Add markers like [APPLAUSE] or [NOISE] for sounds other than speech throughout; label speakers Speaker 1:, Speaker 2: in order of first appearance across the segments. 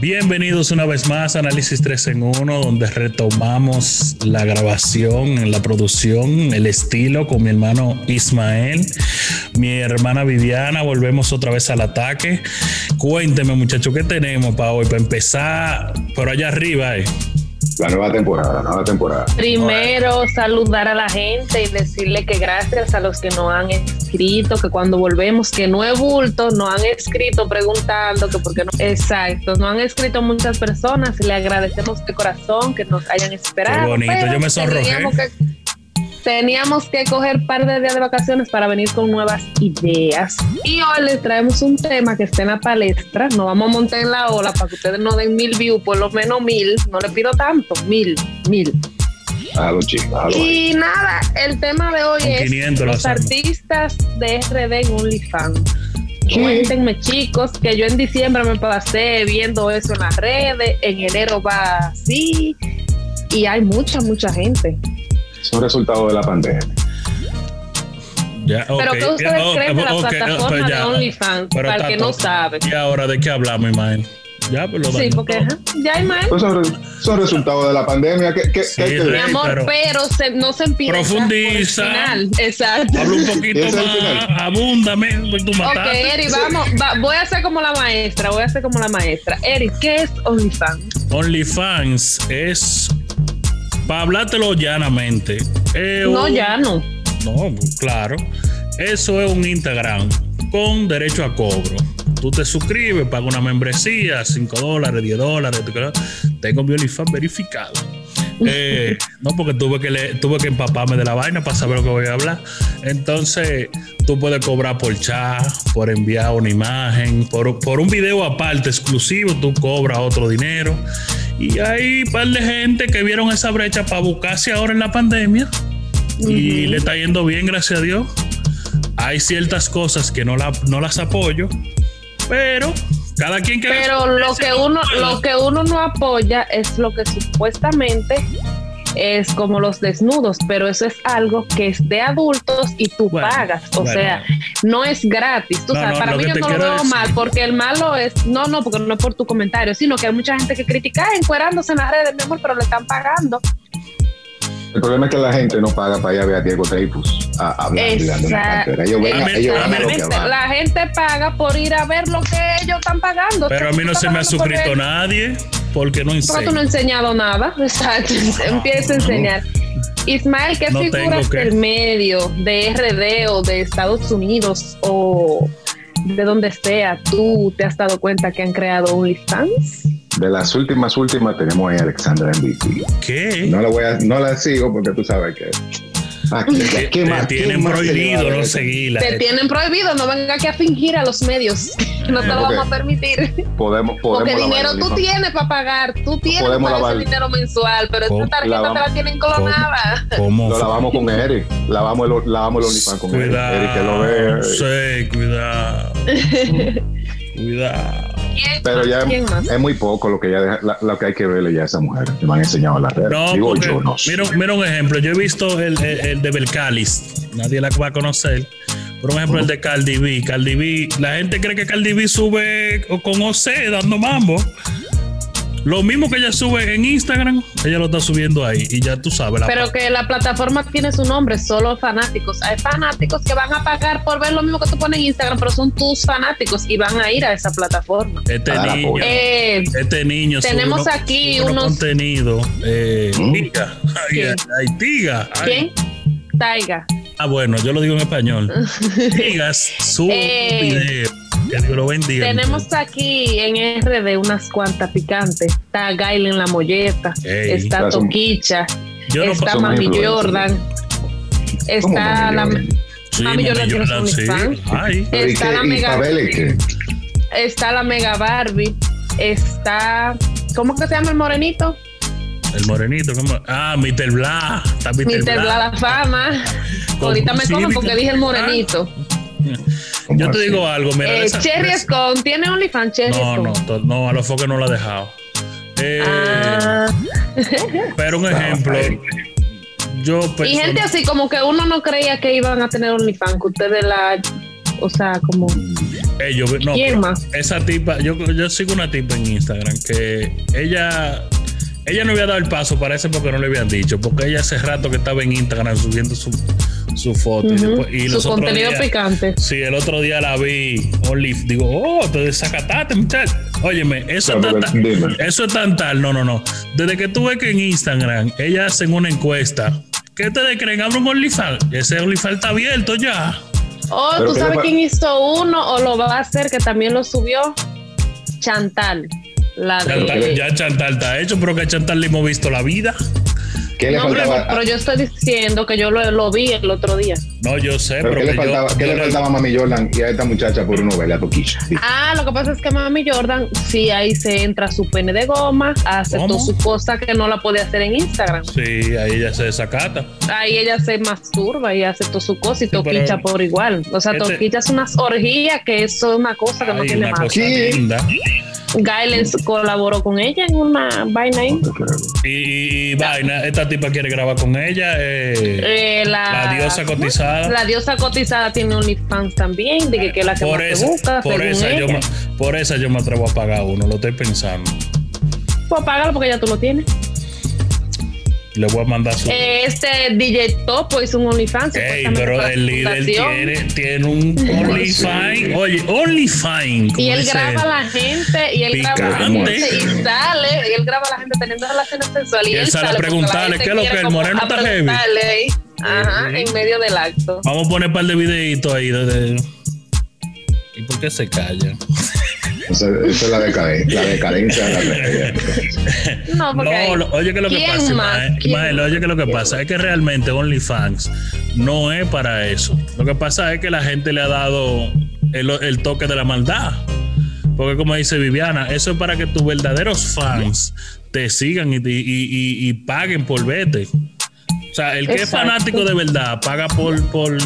Speaker 1: Bienvenidos una vez más a Análisis 3 en 1, donde retomamos la grabación, la producción, el estilo con mi hermano Ismael, mi hermana Viviana. Volvemos otra vez al ataque. Cuénteme, muchachos, ¿qué tenemos para hoy? Para empezar por allá arriba, eh.
Speaker 2: La nueva temporada, la nueva temporada.
Speaker 3: Primero, saludar a la gente y decirle que gracias a los que nos han escrito, que cuando volvemos, que no he bulto, nos han escrito preguntando que por qué no. Exacto, nos han escrito muchas personas y le agradecemos de corazón que nos hayan esperado.
Speaker 1: Qué bonito,
Speaker 3: pero
Speaker 1: yo me ¿eh? sonrojé.
Speaker 3: Teníamos que, teníamos que coger par de días de vacaciones para venir con nuevas ideas. Y hoy les traemos un tema que está en la palestra. No vamos a montar en la ola para que ustedes no den mil views, por lo menos mil. No le pido tanto, mil, mil.
Speaker 2: A los chicos, a los
Speaker 3: Y nada, el tema de hoy
Speaker 1: Con
Speaker 3: es
Speaker 1: 500 lo
Speaker 3: los
Speaker 1: hacemos.
Speaker 3: artistas de RD en OnlyFans. Cuéntenme, chicos, que yo en diciembre me pasé viendo eso en las redes, en enero va así, y hay mucha, mucha gente.
Speaker 2: Es un resultado de la pandemia.
Speaker 1: Ya,
Speaker 3: Pero
Speaker 1: ok.
Speaker 3: ¿qué ustedes
Speaker 1: Oh,
Speaker 3: creen de la
Speaker 1: ok,
Speaker 3: plataforma
Speaker 1: pues
Speaker 3: de
Speaker 1: ya.
Speaker 3: OnlyFans?
Speaker 1: Pero
Speaker 3: para el que
Speaker 1: tanto.
Speaker 3: no sabe.
Speaker 1: ¿Y ahora de qué hablamos, Ismael? Ya, pues lo
Speaker 3: Sí,
Speaker 1: dañó
Speaker 3: porque
Speaker 1: todo.
Speaker 3: ajá, ya hay más.
Speaker 2: Pues son, son resultados de la pandemia. ¿Qué, qué,
Speaker 1: Sí,
Speaker 2: qué hay que
Speaker 1: sí.
Speaker 3: Mi
Speaker 2: ver?
Speaker 3: amor,
Speaker 1: pero-
Speaker 3: pero, se- no se empieza. por el
Speaker 1: Profundiza.
Speaker 3: final. Exacto.
Speaker 1: Habla un poquito
Speaker 2: Ese es el
Speaker 1: más,
Speaker 2: final.
Speaker 1: abúndame, porque tú
Speaker 3: Ok,
Speaker 1: mataste.
Speaker 3: Eri, vamos. va- voy a hacer como la maestra. Voy a hacer como la maestra. Eri, ¿qué es OnlyFans?
Speaker 1: OnlyFans es, para hablártelo llanamente, eh,
Speaker 3: No,
Speaker 1: un-
Speaker 3: ya no.
Speaker 1: No, claro. Eso es un Instagram con derecho a cobro. Tú te suscribes, pagas una membresía, 5 dólares, 10 dólares. tú crees, Tengo mi OnlyFans verificado. Eh, no, porque tuve que, le- tuve que empaparme de la vaina para saber lo que voy a hablar. Entonces, tú puedes cobrar por chat, por enviar una imagen, por, por un video aparte exclusivo, tú cobras otro dinero. Y hay un par de gente que vieron esa brecha para buscarse ahora en la pandemia y le está yendo bien, gracias a Dios. Hay ciertas cosas que no, la- no las apoyo, pero cada quien que
Speaker 3: Pero lo que uno, lo que uno no apoya es lo que supuestamente es como los desnudos, pero eso es algo que es de adultos y tú
Speaker 1: Bueno,
Speaker 3: pagas, o
Speaker 1: bueno.
Speaker 3: sea, no es gratis. Tú
Speaker 1: No,
Speaker 3: sabes,
Speaker 1: no,
Speaker 3: para
Speaker 1: lo
Speaker 3: mí
Speaker 1: que
Speaker 3: yo
Speaker 1: te
Speaker 3: no lo
Speaker 1: quiero
Speaker 3: veo
Speaker 1: decir.
Speaker 3: mal, porque el malo es, no, no, porque no es por tu comentario, sino que hay mucha gente que critica "Ay, encuerándose en las redes, mi amor, pero le están pagando.
Speaker 2: El problema es que la gente no paga para ir a ver a Diego Dreyfus a hablar y darle una
Speaker 3: Exact-
Speaker 2: cartera. Ellos ven,
Speaker 1: A mí-
Speaker 2: ellos
Speaker 1: a
Speaker 2: van a lo
Speaker 1: mí-
Speaker 2: que van.
Speaker 3: La gente paga por ir a ver lo que ellos están pagando.
Speaker 1: Pero a mí no
Speaker 3: Tú
Speaker 1: se me ha
Speaker 3: estás pagando por ver-
Speaker 1: suscrito nadie porque no
Speaker 3: Porque tú
Speaker 1: enseño.
Speaker 3: no has enseñado nada. [LAUGHS] Exacto. Empieza a enseñar. Ismael, ¿qué
Speaker 1: No
Speaker 3: figuras
Speaker 1: tengo que.
Speaker 3: del medio, de RD o de Estados Unidos o de donde sea, tú te has dado cuenta que han creado OnlyFans?
Speaker 2: De las últimas, últimas tenemos ahí a Alexandra MVP.
Speaker 1: ¿Qué?
Speaker 2: No la voy a, no la sigo porque tú sabes que. Aquí,
Speaker 1: Te-
Speaker 2: ¿qué
Speaker 1: te
Speaker 2: más- qué
Speaker 1: tienen
Speaker 2: más se le va a
Speaker 1: prohibido
Speaker 2: dar?
Speaker 1: no seguirla.
Speaker 3: Te tienen prohibido, no venga aquí a fingir a los medios. [LAUGHS] No te lo
Speaker 2: Ok.
Speaker 3: vamos a permitir.
Speaker 2: Podemos, podemos
Speaker 3: Porque
Speaker 2: lavar
Speaker 3: dinero
Speaker 2: el
Speaker 3: tú
Speaker 2: uniforme.
Speaker 3: tienes para pagar. Tú tienes para
Speaker 2: Podemos
Speaker 3: pagar
Speaker 2: lavar. Oh.
Speaker 3: ese dinero mensual, pero
Speaker 1: ¿Cómo?
Speaker 3: esta tarjeta te
Speaker 2: Lavamos.
Speaker 3: la tienen clonada.
Speaker 1: ¿Cómo?
Speaker 2: Lo lavamos con Eric. Lavamos el, lavamos el OnlyFans con Eric. Eric que lo
Speaker 1: Cuidado.
Speaker 2: ve.
Speaker 1: Sí, cuidado.
Speaker 3: [LAUGHS]
Speaker 1: Cuidado.
Speaker 3: ¿Quién
Speaker 2: Pero
Speaker 3: más?
Speaker 2: ya
Speaker 3: ¿Quién más?
Speaker 2: es muy poco lo que, ya deja- la- lo que hay que verle ya a esa mujer. Me han enseñado en las redes.
Speaker 1: No,
Speaker 2: Digo
Speaker 1: porque-
Speaker 2: yo, no sé.
Speaker 1: mira, mira un ejemplo. Yo he visto el, el- el de Belcalis. Nadie la va a conocer. Por ejemplo, el de Cardi B. Cardi B. La gente cree que Cardi B sube o- con OC dando mambo. Lo mismo que ella sube en Instagram, ella lo está subiendo ahí. Y ya tú sabes. La
Speaker 3: Pero que la plataforma tiene su nombre, solo fanáticos. Hay fanáticos que van a pagar por ver lo mismo que tú pones en Instagram, pero son tus fanáticos y van a ir a esa plataforma.
Speaker 1: este,
Speaker 2: Ah, la
Speaker 1: niño,
Speaker 2: polla.
Speaker 3: Eh,
Speaker 1: este niño. sube
Speaker 3: tenemos
Speaker 1: uno-
Speaker 3: aquí
Speaker 1: sube
Speaker 3: unos-
Speaker 1: contenido. Eh,
Speaker 2: ¿Mm?
Speaker 1: Tiga. Ay,
Speaker 3: ¿Quién?
Speaker 1: ay, ay, tiga. Ay.
Speaker 3: ¿Quién? Taiga.
Speaker 1: Ah, bueno, yo lo digo en español.
Speaker 3: [LAUGHS]
Speaker 1: Tigas, sube
Speaker 3: Eh,
Speaker 1: un video. Que Dios lo bendiga.
Speaker 3: Tenemos aquí en RD unas cuantas picantes. Está Gail en la molleta,
Speaker 1: Ey.
Speaker 3: está
Speaker 2: Las son-
Speaker 3: Toquicha,
Speaker 1: Yo no
Speaker 3: está
Speaker 2: son
Speaker 3: Mami
Speaker 2: influencers.
Speaker 3: Jordan,
Speaker 2: ¿Cómo
Speaker 3: está
Speaker 2: me
Speaker 3: la,
Speaker 2: lloran?
Speaker 1: Sí,
Speaker 3: Mami, yo
Speaker 1: mami,
Speaker 3: no quiero
Speaker 1: Jordan,
Speaker 3: ser un
Speaker 1: sí. Ay,
Speaker 2: Pero ¿y
Speaker 3: está
Speaker 2: qué?
Speaker 3: la
Speaker 2: ¿Y
Speaker 3: mega-
Speaker 2: Pavel y qué?
Speaker 3: está la Mega Barbie, está. ¿Cómo que se llama el morenito?
Speaker 1: el morenito, ¿cómo? Ah, Mr. Bla. Está Mr.
Speaker 3: Mr.
Speaker 1: Bla.
Speaker 3: Bla la fama.
Speaker 1: Con
Speaker 3: Ahorita me comen
Speaker 1: cívico.
Speaker 3: porque dije el morenito.
Speaker 2: ¿Cómo
Speaker 1: Yo te
Speaker 2: así?
Speaker 1: digo algo, mira. de
Speaker 3: Eh,
Speaker 1: esas-
Speaker 3: Cherry Scone, ¿tiene OnlyFans Cherry
Speaker 1: No,
Speaker 3: Scone?
Speaker 1: no, to- no, a los foques no lo ha dejado. Eh,
Speaker 3: Ah,
Speaker 1: pero un ejemplo. Yo
Speaker 3: y
Speaker 1: persona- pues
Speaker 3: gente así como que uno no creía que iban a tener OnlyFans, que ustedes la o sea, como...
Speaker 1: Eh, yo- no,
Speaker 3: ¿Quién
Speaker 1: pero
Speaker 3: más?
Speaker 1: Esa tipa, yo, yo sigo una tipa en Instagram que ella, ella no había dado el paso, parece porque no le habían dicho, porque ella hace rato que estaba en Instagram subiendo su, su foto. y
Speaker 3: Ujú.
Speaker 1: después- pues, y los
Speaker 3: Su
Speaker 1: otros
Speaker 3: contenido
Speaker 1: días-
Speaker 3: picante.
Speaker 1: Sí, el otro día la vi Olive. Digo, oh, te desacataste, muchacho. Óyeme, eso es,
Speaker 2: Pero,
Speaker 1: tan, tal-
Speaker 2: dime.
Speaker 1: eso es tan tal. No, no, no. Desde que tú ves que en Instagram ellas hacen una encuesta. ¿Qué te creen? Abre un OnlyFans. Ese OnlyFans está abierto ya.
Speaker 3: Oh,
Speaker 2: Pero
Speaker 3: ¿tú
Speaker 2: que
Speaker 3: sabes
Speaker 2: sepa-
Speaker 3: quién hizo uno o lo va a hacer que también lo subió? Chantal. La
Speaker 1: Ya,
Speaker 3: de...
Speaker 1: está- ya Chantal está hecho, pero que a Chantal le hemos visto la vida.
Speaker 2: ¿Qué le
Speaker 3: No, hombre,
Speaker 2: faltaba?
Speaker 3: pero yo estoy diciendo que yo lo, lo vi el otro día.
Speaker 1: No, yo sé,
Speaker 2: pero
Speaker 1: pero,
Speaker 2: ¿qué le
Speaker 1: que yo-
Speaker 2: faltaba,
Speaker 1: yo
Speaker 2: qué le
Speaker 1: le-
Speaker 2: faltaba a Mami Jordan y a esta muchacha por una novela toquilla?
Speaker 3: Ah, lo que pasa es que Mami Jordan, sí, ahí se entra su pene de goma, aceptó
Speaker 1: ¿Cómo?
Speaker 3: su cosa que no la podía hacer en Instagram.
Speaker 1: Sí, ahí ella se desacata.
Speaker 3: Ahí ella se masturba y aceptó su cosa y
Speaker 1: pero-
Speaker 3: Toquicha por igual. O sea,
Speaker 1: Este-
Speaker 3: Toquicha es unas orgías que eso es una cosa que no
Speaker 1: Ay,
Speaker 3: tiene
Speaker 1: una
Speaker 3: más.
Speaker 1: cosa
Speaker 2: ¿Qué?
Speaker 1: linda.
Speaker 3: Gailens colaboró con ella en una vaina ahí.
Speaker 1: Y, y- y vaina, esta tipa quiere grabar con ella. eh,
Speaker 3: Eh, la,
Speaker 1: la diosa
Speaker 3: ¿cómo es?
Speaker 1: cotizada.
Speaker 3: La diosa cotizada tiene OnlyFans también, de que, que es la que
Speaker 1: por
Speaker 3: más te
Speaker 1: esa,
Speaker 3: busca.
Speaker 1: por
Speaker 3: según
Speaker 1: esa yo
Speaker 3: ella.
Speaker 1: me, por esa yo me atrevo a pagar uno, lo estoy pensando.
Speaker 3: Pues apágalo porque ya tú lo tienes.
Speaker 1: Le voy a mandar su.
Speaker 3: Eh, este DJ Topo hizo un OnlyFans.
Speaker 1: Ey,
Speaker 3: supuestamente
Speaker 1: pero
Speaker 3: para
Speaker 1: el líder
Speaker 3: fundación,
Speaker 1: tiene, tiene
Speaker 3: [LAUGHS]
Speaker 1: un
Speaker 2: ¿Cómo así?
Speaker 1: OnlyFine. Oye, OnlyFine. como
Speaker 3: Y él
Speaker 1: dice
Speaker 3: graba a la gente, y él graba a la
Speaker 1: Picante.
Speaker 3: gente, y sale, y él graba a la gente teniendo relaciones sexuales.
Speaker 1: Y él sale a
Speaker 3: porque la
Speaker 1: preguntarle,
Speaker 3: gente
Speaker 1: ¿qué es lo
Speaker 3: quiere
Speaker 1: que el
Speaker 3: como
Speaker 1: moreno está
Speaker 3: a
Speaker 1: heavy?
Speaker 3: preguntarle ahí. Ajá, en medio del acto.
Speaker 1: Vamos a poner un par de videitos ahí. de- de- ¿Y por qué se calla?
Speaker 2: Esa, esa es la, decaden- la
Speaker 1: [LAUGHS]
Speaker 2: decadencia de la tragedia.
Speaker 3: No, porque ahí-
Speaker 1: No, lo- oye, que lo que
Speaker 3: ¿Quién
Speaker 1: pasa,
Speaker 3: más?
Speaker 1: Ismael,
Speaker 3: ¿Quién
Speaker 1: Ismael,
Speaker 3: más?
Speaker 1: oye, que lo que pasa es que realmente OnlyFans no es para eso. Lo que pasa es que la gente le ha dado el, el toque de la maldad. Porque como dice Viviana, eso es para que tus verdaderos fans te sigan y, te- y- y- y paguen por vete. O sea, el que es
Speaker 3: Exacto.
Speaker 1: fanático de verdad paga por, por,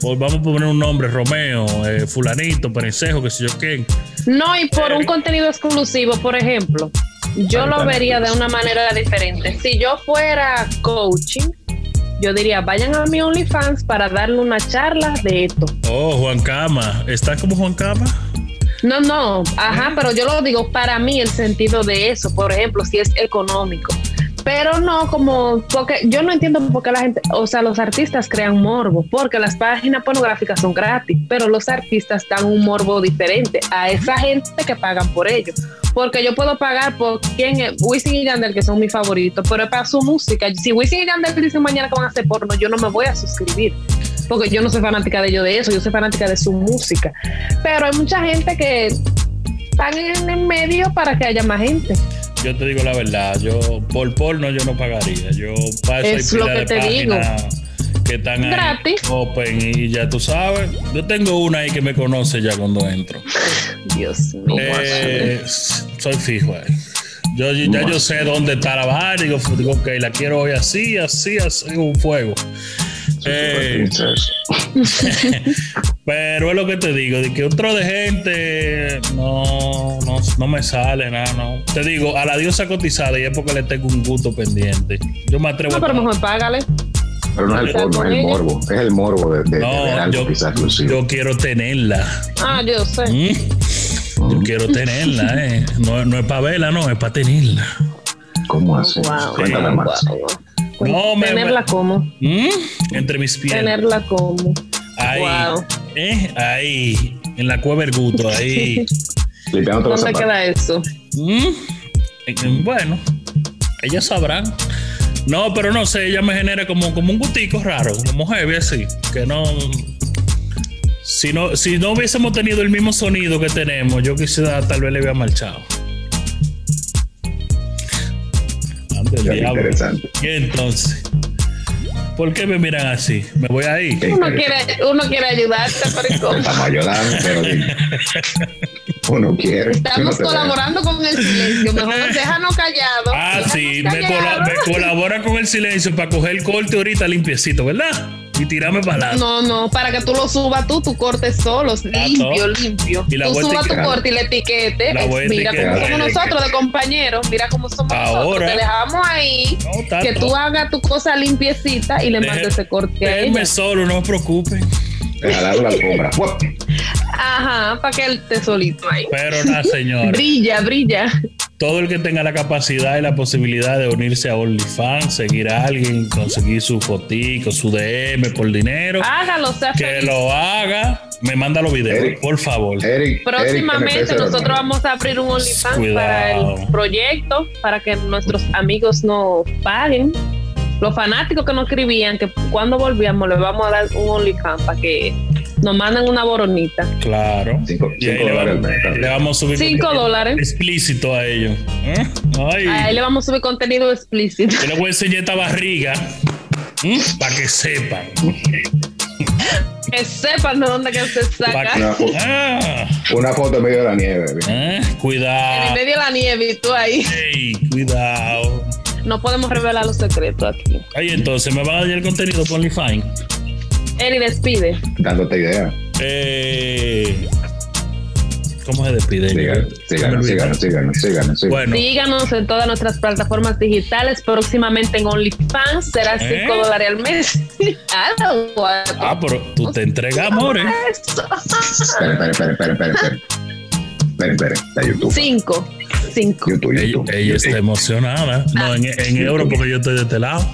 Speaker 1: por- vamos a poner un nombre, Romeo, eh, fulanito, Perencejo, que sé yo qué.
Speaker 3: No, y por un contenido exclusivo, por ejemplo, yo lo vería
Speaker 1: pues.
Speaker 3: de una manera diferente. Si yo fuera coaching, yo diría, vayan a mi OnlyFans para darle una charla de esto.
Speaker 1: Oh, Juan Cama. ¿Estás como Juan Cama?
Speaker 3: No, no, ajá, pero yo lo digo para mí el sentido de eso, por ejemplo, si es económico. Pero no como, porque yo no entiendo por qué la gente, o sea, los artistas crean morbo, porque las páginas pornográficas son gratis, pero los artistas dan un morbo diferente a esa gente que pagan por ello. Porque yo puedo pagar por quien es Wisin y Yandel, que son mis favoritos, pero es para su música. Si Wisin y Yandel dicen mañana que van a hacer porno, yo no me voy a suscribir, porque yo no soy fanática de ellos de eso, yo soy fanática de su música pero hay mucha gente que están en el medio para que haya más gente.
Speaker 1: Yo te digo la verdad, yo por porno yo no pagaría. Yo paso
Speaker 3: Es lo que te digo.
Speaker 1: que están ahí
Speaker 3: Gratis.
Speaker 1: open y ya tú sabes. Yo tengo una ahí que me conoce ya cuando entro.
Speaker 3: Dios mío.
Speaker 1: Eh, soy fijo ahí. Yo, yo- ya yo sé dónde está la barra, digo, digo, ok, la quiero hoy así, así, así, un fuego.
Speaker 2: pues,
Speaker 1: Eh, Pero es lo que te digo, de que otro de gente no, no, no me sale nada, no. Te digo, a la diosa cotizada y es porque le tengo un gusto pendiente. Yo me atrevo
Speaker 3: No,
Speaker 1: a
Speaker 3: pero
Speaker 1: pagar.
Speaker 3: mejor págale.
Speaker 2: Pero no es el porno, es
Speaker 3: ¿eh?
Speaker 2: el morbo. Es el morbo de, de, de ver
Speaker 1: No,
Speaker 2: algo
Speaker 1: yo,
Speaker 2: quizás exclusivo.
Speaker 1: yo quiero tenerla.
Speaker 3: Ah, yo sé.
Speaker 1: ¿Mm? Yo
Speaker 2: ¿Mm?
Speaker 1: quiero tenerla, eh. No, no es para verla, no, es para tenerla.
Speaker 2: ¿Cómo así?
Speaker 3: Wow.
Speaker 2: Ah, Cuéntame más.
Speaker 3: Pues,
Speaker 1: No, me-
Speaker 3: tenerla como,
Speaker 1: ¿Mm? Entre mis piernas.
Speaker 3: tenerla como.
Speaker 1: Ahí.
Speaker 3: Wow.
Speaker 1: ¿eh? Ahí. En la cueva del gusto,
Speaker 3: [LAUGHS]
Speaker 1: ahí.
Speaker 2: Limpiándote los
Speaker 3: ¿Dónde
Speaker 2: zapatos.
Speaker 3: queda eso?
Speaker 1: Mm, eh, Bueno, ellas sabrán. No, pero no sé, ella me genera como, como un gustico raro, como heavy así, que no... Si no, si no hubiésemos tenido el mismo sonido que tenemos, yo quisiera tal vez le hubiera marchado. Ande el
Speaker 2: Ya,
Speaker 1: diablo.
Speaker 2: interesante.
Speaker 1: Y entonces, ¿por qué me miran así? Me voy ahí.
Speaker 2: Qué
Speaker 3: Uno
Speaker 2: interesante.
Speaker 3: quiere, uno quiere ayudarte, pero ¿y
Speaker 2: [LAUGHS]
Speaker 3: cómo?
Speaker 2: Estamos ayudando, pero dime. uno quiere. uno
Speaker 3: Estamos
Speaker 2: te da.
Speaker 3: colaborando con el
Speaker 1: [LAUGHS]
Speaker 3: silencio. Mejor déjanos callados.
Speaker 1: Ah,
Speaker 3: déjanos
Speaker 1: sí, me, cola-
Speaker 3: callados.
Speaker 1: me colabora con el silencio para coger el corte ahorita limpiecito, ¿verdad? Y tirarme para adelante.
Speaker 3: No, no, para que tú lo subas tú, tú cortes solos,
Speaker 1: Ah,
Speaker 3: limpio, limpio.
Speaker 1: Y la
Speaker 3: tú
Speaker 1: voy a
Speaker 3: subas tu
Speaker 2: etiquetar.
Speaker 3: corte y la etiquete.
Speaker 1: La
Speaker 3: eh,
Speaker 1: voy a
Speaker 3: mira cómo
Speaker 1: etiquetar.
Speaker 3: somos nosotros de compañeros, mira cómo somos
Speaker 1: Ahora.
Speaker 3: nosotros. Te dejamos ahí,
Speaker 1: No, está
Speaker 3: que tú
Speaker 1: todo.
Speaker 3: hagas tu cosa limpiecita y le
Speaker 1: Deje-
Speaker 3: mandes ese corte a
Speaker 1: Déjenme
Speaker 3: ella.
Speaker 1: solo, no me preocupen.
Speaker 2: Te jalaron la alfombra. ¡Guap!
Speaker 3: Ajá, para que él te solito ahí.
Speaker 1: Pero
Speaker 3: [LAUGHS]
Speaker 1: nada, señor.
Speaker 3: Brilla, brilla.
Speaker 1: Todo el que tenga la capacidad y la posibilidad de unirse a OnlyFans, seguir a alguien, conseguir su fotico, su DM por dinero,
Speaker 3: Hágalo, sea
Speaker 1: que
Speaker 3: feliz.
Speaker 1: lo haga, me manda los videos,
Speaker 2: Eric.
Speaker 1: por favor.
Speaker 2: Eric, Eric,
Speaker 3: Próximamente
Speaker 2: NPC,
Speaker 3: nosotros
Speaker 2: hermano.
Speaker 3: vamos a abrir un OnlyFans
Speaker 1: Cuidado.
Speaker 3: para el proyecto, para que nuestros amigos no paguen. Los fanáticos que nos escribían que cuando volvíamos le vamos a dar un OnlyFans para que nos manden una boronita.
Speaker 1: Claro.
Speaker 2: Cinco,
Speaker 1: Y ahí
Speaker 2: cinco
Speaker 1: le,
Speaker 2: dólares al
Speaker 1: vamos,
Speaker 2: mes,
Speaker 1: le
Speaker 2: también.
Speaker 1: vamos a subir
Speaker 3: Cinco
Speaker 1: contenido
Speaker 3: dólares.
Speaker 1: explícito a ellos. ¿Eh? Ay,
Speaker 3: A él le vamos a subir contenido explícito. [LAUGHS]
Speaker 1: yo les voy a enseñar esta barriga para que sepan.
Speaker 3: Que sepan de dónde que se
Speaker 1: Pa'
Speaker 3: saca.
Speaker 1: que-
Speaker 2: Una, fo-
Speaker 1: Ah,
Speaker 2: una foto en medio de la nieve. bien.
Speaker 1: ¿eh?
Speaker 3: En
Speaker 1: Cuidado.
Speaker 3: medio de la nieve y tú ahí.
Speaker 1: Ey, cuidado.
Speaker 3: No podemos revelar los secretos aquí.
Speaker 1: Ay, entonces me van a dañar el contenido por OnlyFans.
Speaker 3: Eri, despide.
Speaker 2: Dándote idea.
Speaker 1: Eh, ¿Cómo se despide?
Speaker 2: Síganos, síganos, síganos, síganos, síganos. síganos.
Speaker 1: Bueno,
Speaker 3: Síganos en todas nuestras plataformas digitales. Próximamente en OnlyFans será
Speaker 1: ¿Eh?
Speaker 3: 5 dólares al mes. [LAUGHS] Ah, Algo, algo.
Speaker 1: ah, ¿eh? pero tú te entregas, amores.
Speaker 3: Eso.
Speaker 2: Esperen, esperen, esperen, esperen, esperen. Esperen, esperen. Está YouTube.
Speaker 3: Cinco. Cinco.
Speaker 2: YouTube,
Speaker 1: Ella,
Speaker 2: YouTube.
Speaker 1: ella está emocionada. No, en, en euro porque yo estoy de este lado.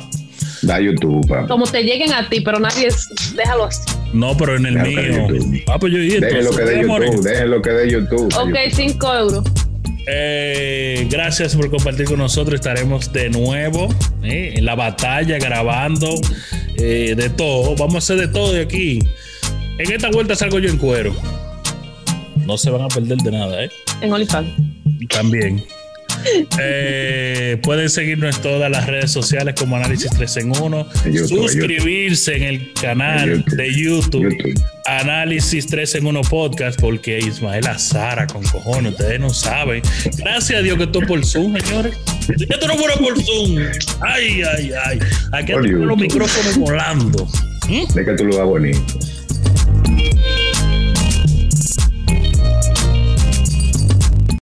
Speaker 2: Da YouTube, pa.
Speaker 3: Como te lleguen a ti, pero nadie es. Déjalo así.
Speaker 1: No, pero en el
Speaker 2: Claro que de
Speaker 1: mío.
Speaker 2: YouTube.
Speaker 1: Ah, pues yo y
Speaker 2: Dejen lo
Speaker 1: entonces,
Speaker 2: que de
Speaker 1: amores.
Speaker 2: YouTube, dejen lo que de YouTube.
Speaker 3: Ok, cinco euros.
Speaker 1: Eh, gracias por compartir con nosotros. Estaremos de nuevo eh, en la batalla, grabando eh, de todo. Vamos a hacer de todo de aquí. En esta vuelta salgo yo en cuero. No se van a perder de nada, ¿eh?
Speaker 3: En OnlyFans.
Speaker 1: También. Eh, pueden seguirnos en todas las redes sociales como Análisis 3 en 1.
Speaker 2: En YouTube, en
Speaker 1: Suscribirse en el canal
Speaker 2: En YouTube.
Speaker 1: de YouTube,
Speaker 2: YouTube.
Speaker 1: Análisis 3 en 1 Podcast, porque Ismael Azara con cojones, ustedes no saben. Gracias a Dios que esto es por Zoom, señores. Esto no fuera por Zoom. Ay, ay, ay. Aquí
Speaker 2: Por
Speaker 1: tengo los
Speaker 2: YouTube.
Speaker 1: micrófonos volando.
Speaker 2: De que tú lo hagas bonito.